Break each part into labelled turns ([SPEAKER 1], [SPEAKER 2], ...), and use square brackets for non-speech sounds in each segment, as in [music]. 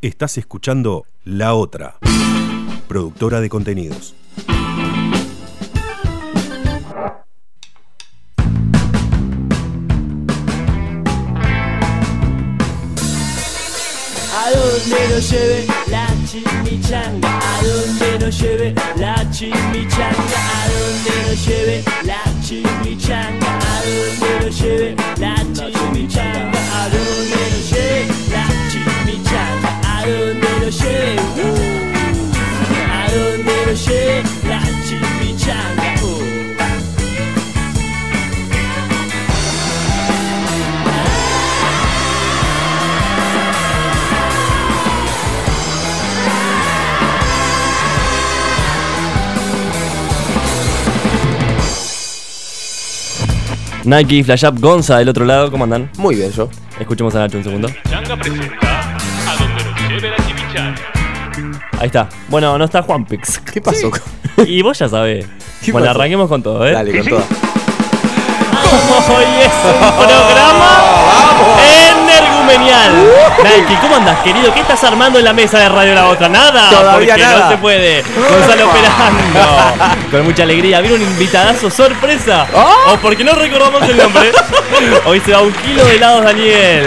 [SPEAKER 1] Estás escuchando La Otra, productora de contenidos.
[SPEAKER 2] A donde nos lleve la chimichanga, a donde nos lleve la chimichanga, a donde nos lleve la chimichanga, a donde nos lleve la chimichanga, a donde nos lleve la chimichanga, a donde nos lleve, uh, a donde nos lleve la chimichanga. uh.
[SPEAKER 3] Nike, Flash Up, Gonza del otro lado, ¿cómo andan?
[SPEAKER 4] Muy bien, yo.
[SPEAKER 3] Escuchemos a Nacho un segundo.
[SPEAKER 5] Changa presenta a donde nos lleve la chimichanga.
[SPEAKER 3] Ahí está. Bueno, no está Juan Pix.
[SPEAKER 4] ¿Qué pasó?
[SPEAKER 3] [laughs] Y vos ya sabés.
[SPEAKER 4] ¿Qué
[SPEAKER 3] Bueno,
[SPEAKER 4] pasó?
[SPEAKER 3] arranquemos con todo, ¿eh?
[SPEAKER 4] Dale, con toda.
[SPEAKER 3] Hoy es un
[SPEAKER 4] [laughs]
[SPEAKER 3] programa energumenial. Nike, ¿cómo andás, querido? ¿Qué estás armando en la mesa de Radio La Otra? Nada,
[SPEAKER 4] Todavía
[SPEAKER 3] porque no
[SPEAKER 4] nada.
[SPEAKER 3] se puede. Gonzalo operando.
[SPEAKER 4] [laughs]
[SPEAKER 3] Con mucha alegría. Vino un invitadazo sorpresa.
[SPEAKER 4] Ah.
[SPEAKER 3] O porque no recordamos el
[SPEAKER 4] [laughs]
[SPEAKER 3] nombre. Hoy se va un kilo de helados, Daniel.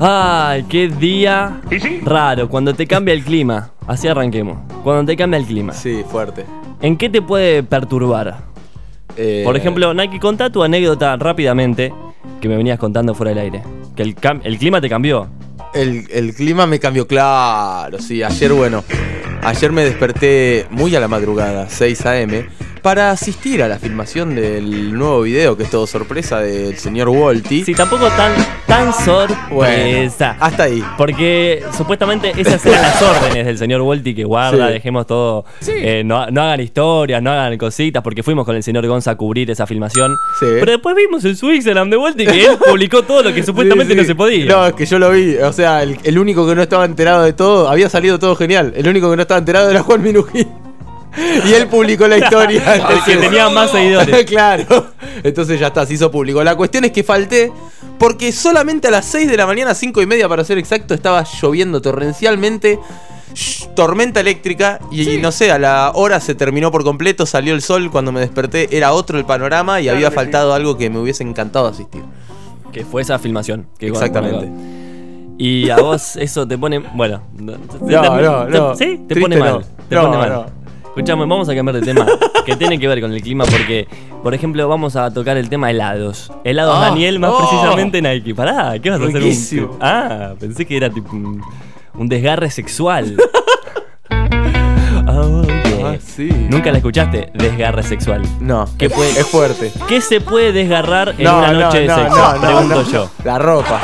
[SPEAKER 3] Ay, qué día
[SPEAKER 5] ¿Y sí?
[SPEAKER 3] raro. Cuando te cambia el clima. Así arranquemos. Cuando te cambia el clima.
[SPEAKER 4] Sí, fuerte.
[SPEAKER 3] ¿En qué te puede perturbar?
[SPEAKER 4] Eh,
[SPEAKER 3] Por ejemplo, Nike, contá tu anécdota rápidamente que me venías contando fuera del aire. Que el, cam- el clima te cambió.
[SPEAKER 4] El, el clima me cambió, claro, sí. Ayer, bueno, ayer me desperté muy a la madrugada, 6 a.m., para asistir a la filmación del nuevo video, que es todo sorpresa, del señor Walty.
[SPEAKER 3] Sí, tampoco tan, tan
[SPEAKER 4] bueno,
[SPEAKER 3] sorpresa.
[SPEAKER 4] hasta ahí.
[SPEAKER 3] Porque supuestamente esas eran las órdenes del señor Volti que guarda,
[SPEAKER 4] Sí.
[SPEAKER 3] dejemos todo. eh, no, no hagan historias, no hagan cositas, porque fuimos con el señor Gonza a cubrir esa filmación.
[SPEAKER 4] Sí.
[SPEAKER 3] Pero después vimos en su Instagram de Volti que él publicó todo lo que supuestamente
[SPEAKER 4] Sí, sí.
[SPEAKER 3] no se podía.
[SPEAKER 4] No, es que yo lo vi. O sea, el, el único que no estaba enterado de todo, había salido todo genial. El único que no estaba enterado era Juan Minujín. Y él publicó la historia.
[SPEAKER 3] [laughs] el que
[SPEAKER 4] entonces-
[SPEAKER 3] tenía más seguidores.
[SPEAKER 4] [laughs] claro. Entonces ya está, se hizo público. La cuestión es que falté porque solamente a las 6 de la mañana, 5 y media para ser exacto, estaba lloviendo torrencialmente. shh, Tormenta eléctrica y, y no sé, a la hora se terminó por completo, salió el sol, cuando me desperté era otro el panorama y había faltado algo que me hubiese encantado asistir.
[SPEAKER 3] Que fue esa filmación. que igual-
[SPEAKER 4] Exactamente.
[SPEAKER 3] Y a vos eso te pone. Bueno. No,
[SPEAKER 4] no, no.
[SPEAKER 3] Sí, te
[SPEAKER 4] Triste
[SPEAKER 3] pone mal.
[SPEAKER 4] no.
[SPEAKER 3] Te
[SPEAKER 4] No,
[SPEAKER 3] pone mal.
[SPEAKER 4] no.
[SPEAKER 3] Escuchame, vamos a cambiar de tema. que tiene que ver con el clima. Porque, por ejemplo, vamos a tocar el tema helados. Helados
[SPEAKER 4] Ah,
[SPEAKER 3] Daniel, más
[SPEAKER 4] oh.
[SPEAKER 3] precisamente Nike. Pará, ¿qué vas a hacer?
[SPEAKER 4] Riquísimo.
[SPEAKER 3] Un... Ah, pensé que era tipo un, un desgarre
[SPEAKER 4] [laughs]
[SPEAKER 3] sexual. Ah, ok.
[SPEAKER 4] Ah, sí.
[SPEAKER 3] Nunca la escuchaste, desgarre sexual.
[SPEAKER 4] No,
[SPEAKER 3] ¿Qué fue?
[SPEAKER 4] es fuerte.
[SPEAKER 3] ¿Qué se puede desgarrar en
[SPEAKER 4] no,
[SPEAKER 3] una
[SPEAKER 4] no,
[SPEAKER 3] noche
[SPEAKER 4] no,
[SPEAKER 3] de sexo?
[SPEAKER 4] no, no,
[SPEAKER 3] Pregunto
[SPEAKER 4] no.
[SPEAKER 3] yo.
[SPEAKER 4] La ropa.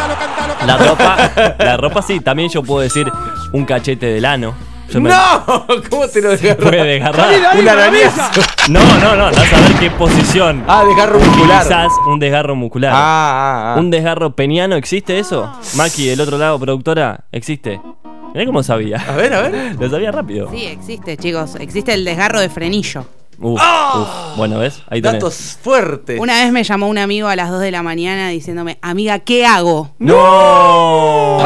[SPEAKER 3] La ropa, la ropa sí, también yo puedo decir un cachete del ano. Yo me-
[SPEAKER 4] ¡No! ¿Cómo te lo desgarras?
[SPEAKER 3] Puede desgarrar.
[SPEAKER 4] Un arañazo.
[SPEAKER 3] No, no, no, andá a saber qué posición.
[SPEAKER 4] Ah, desgarro muscular.
[SPEAKER 3] Quizás un desgarro muscular.
[SPEAKER 4] Ah, ah, ah.
[SPEAKER 3] ¿Un desgarro peniano existe eso? Maki, del otro lado, productora, existe. Mirá cómo sabía. [laughs]
[SPEAKER 4] A ver, a ver.
[SPEAKER 3] Lo sabía rápido.
[SPEAKER 6] Sí, existe, chicos. Existe el desgarro de frenillo.
[SPEAKER 3] Uf, uf. Bueno, ¿ves? Ahí tenés.
[SPEAKER 4] Datos fuertes.
[SPEAKER 6] Una vez me llamó un amigo a las 2 de la mañana diciéndome, amiga, ¿qué hago?
[SPEAKER 3] ¡No!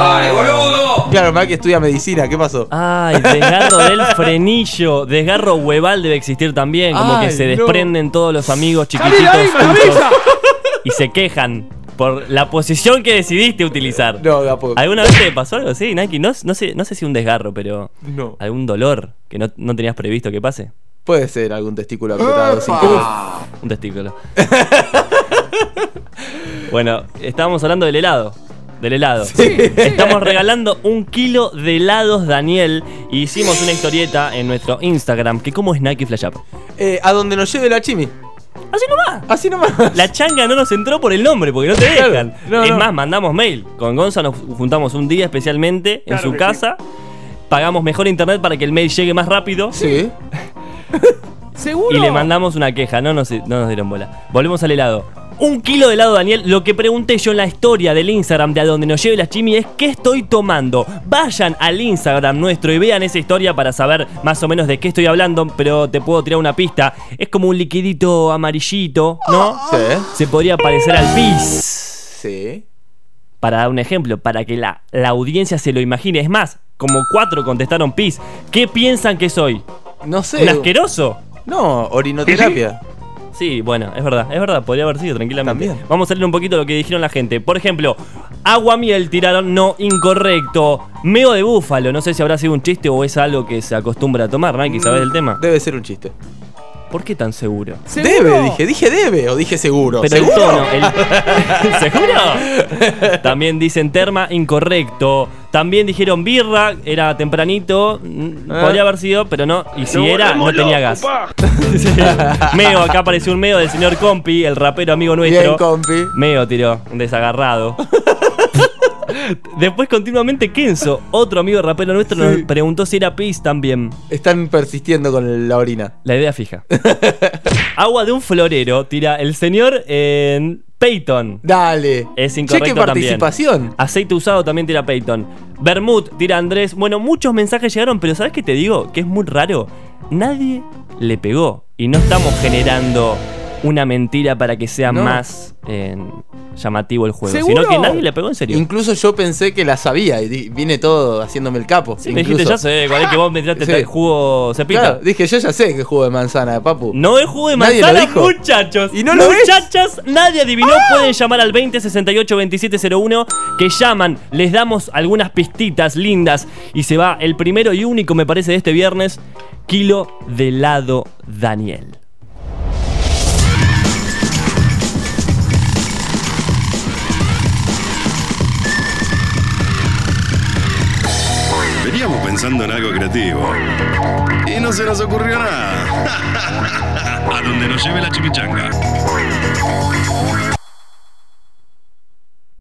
[SPEAKER 4] Claro, Maki estudia medicina, ¿qué pasó?
[SPEAKER 3] Ah. Ay, desgarro del frenillo. Desgarro hueval debe existir también. Como que
[SPEAKER 4] Ay,
[SPEAKER 3] se
[SPEAKER 4] no.
[SPEAKER 3] desprenden todos los amigos chiquititos. juntos y se quejan por la posición que decidiste utilizar.
[SPEAKER 4] No, da poco.
[SPEAKER 3] ¿Alguna vez te pasó algo así, Nike? No, no sé, no sé si un desgarro, pero.
[SPEAKER 4] No.
[SPEAKER 3] ¿Algún dolor que no, no tenías previsto que pase?
[SPEAKER 4] Puede ser algún testículo apretado. sin querer.
[SPEAKER 3] Un testículo. [laughs] bueno, estábamos hablando del helado. Del helado. Estamos regalando un kilo de helados, Daniel. Y hicimos una historieta en nuestro Instagram. Que cómo es Nike Flash Up.
[SPEAKER 4] Eh, a donde nos lleve la chimi.
[SPEAKER 3] Así nomás.
[SPEAKER 4] Así nomás.
[SPEAKER 3] La changa no nos entró por el nombre, porque no te
[SPEAKER 4] Claro,
[SPEAKER 3] dejan.
[SPEAKER 4] no,
[SPEAKER 3] es
[SPEAKER 4] no.
[SPEAKER 3] más, mandamos mail. Con Gonza nos juntamos un día especialmente en su casa. Pagamos mejor internet para que el mail llegue más rápido.
[SPEAKER 4] Sí.
[SPEAKER 3] Y le mandamos una queja. No nos, no nos dieron bola. Volvemos al helado. Un kilo de helado, Daniel. Lo que pregunté yo en la historia del Instagram de a donde nos lleve la chimi es qué estoy tomando. Vayan al Instagram nuestro y vean esa historia para saber más o menos de qué estoy hablando, pero te puedo tirar una pista. Es como un liquidito amarillito, ¿no?
[SPEAKER 4] Sí.
[SPEAKER 3] Se podría parecer al pis.
[SPEAKER 4] Sí.
[SPEAKER 3] Para dar un ejemplo, para que la, la audiencia se lo imagine. Es más, como cuatro contestaron pis. ¿Qué piensan que soy?
[SPEAKER 4] No sé.
[SPEAKER 3] ¿Un asqueroso?
[SPEAKER 4] No, orinoterapia.
[SPEAKER 3] Sí, bueno, es verdad, es verdad, podría haber sido tranquilamente.
[SPEAKER 4] También.
[SPEAKER 3] Vamos a leer un poquito lo que dijeron la gente. Por ejemplo, agua miel tiraron, no, incorrecto. Meo de búfalo, no sé si habrá sido un chiste o es algo que se acostumbra a tomar, Nike, ¿sabes
[SPEAKER 4] Mm.
[SPEAKER 3] del tema?
[SPEAKER 4] Debe ser un chiste.
[SPEAKER 3] ¿Por qué tan seguro?
[SPEAKER 7] ¿Seguro?
[SPEAKER 4] Debe, dije, dije debe o dije seguro.
[SPEAKER 3] Pero
[SPEAKER 4] ¿Seguro?
[SPEAKER 3] el tono, el...
[SPEAKER 4] [laughs]
[SPEAKER 3] [laughs] ¿Seguro? También dicen terma, incorrecto. También dijeron birra, era tempranito, mm,
[SPEAKER 4] Ah.
[SPEAKER 3] podría haber sido, pero no. Y si era, no tenía gas. [laughs] Sí. Meo, acá apareció un meo del señor Compi, el rapero amigo nuestro.
[SPEAKER 4] Bien, compi.
[SPEAKER 3] Meo tiró, un desagarrado. Después continuamente Kenzo, otro amigo rapero nuestro, nos preguntó si era pis también.
[SPEAKER 4] Están persistiendo con la orina.
[SPEAKER 3] La idea fija. Agua de un florero, tira el señor en Peyton.
[SPEAKER 4] Dale.
[SPEAKER 3] Es
[SPEAKER 4] Che,
[SPEAKER 3] incorrecto
[SPEAKER 4] qué
[SPEAKER 3] también. Ah,
[SPEAKER 4] participación.
[SPEAKER 3] Aceite usado también tira Peyton. Bermud tira Andrés. Bueno, muchos mensajes llegaron, pero ¿sabes qué te digo? Que es muy raro. Nadie le pegó. Y no estamos generando una mentira para que sea
[SPEAKER 4] No.
[SPEAKER 3] más eh, llamativo el juego.
[SPEAKER 7] ¿Seguro?
[SPEAKER 3] Sino que nadie le pegó en serio.
[SPEAKER 4] Incluso yo pensé que la sabía y di- vine todo haciéndome el capo.
[SPEAKER 3] Sí, me dijiste,
[SPEAKER 4] Incluso.
[SPEAKER 3] ya sé, cuál es que vos me tiraste
[SPEAKER 4] Sí.
[SPEAKER 3] el jugo cepita.
[SPEAKER 4] Claro, dije, yo ya sé que jugo de manzana, papu.
[SPEAKER 3] No es jugo de
[SPEAKER 4] Nadie
[SPEAKER 3] manzana,
[SPEAKER 4] lo dijo.
[SPEAKER 3] muchachos.
[SPEAKER 4] Y no lo es. Ah.
[SPEAKER 3] Muchachas, nadie adivinó. Pueden llamar al 20 68 27 01 que llaman. Les damos algunas pistitas lindas. Y se va el primero y único, me parece, de este viernes. Kilo de helado Daniel.
[SPEAKER 8] Veníamos pensando en algo creativo. [laughs] Y no se nos ocurrió nada. A donde nos lleve la chimichanga.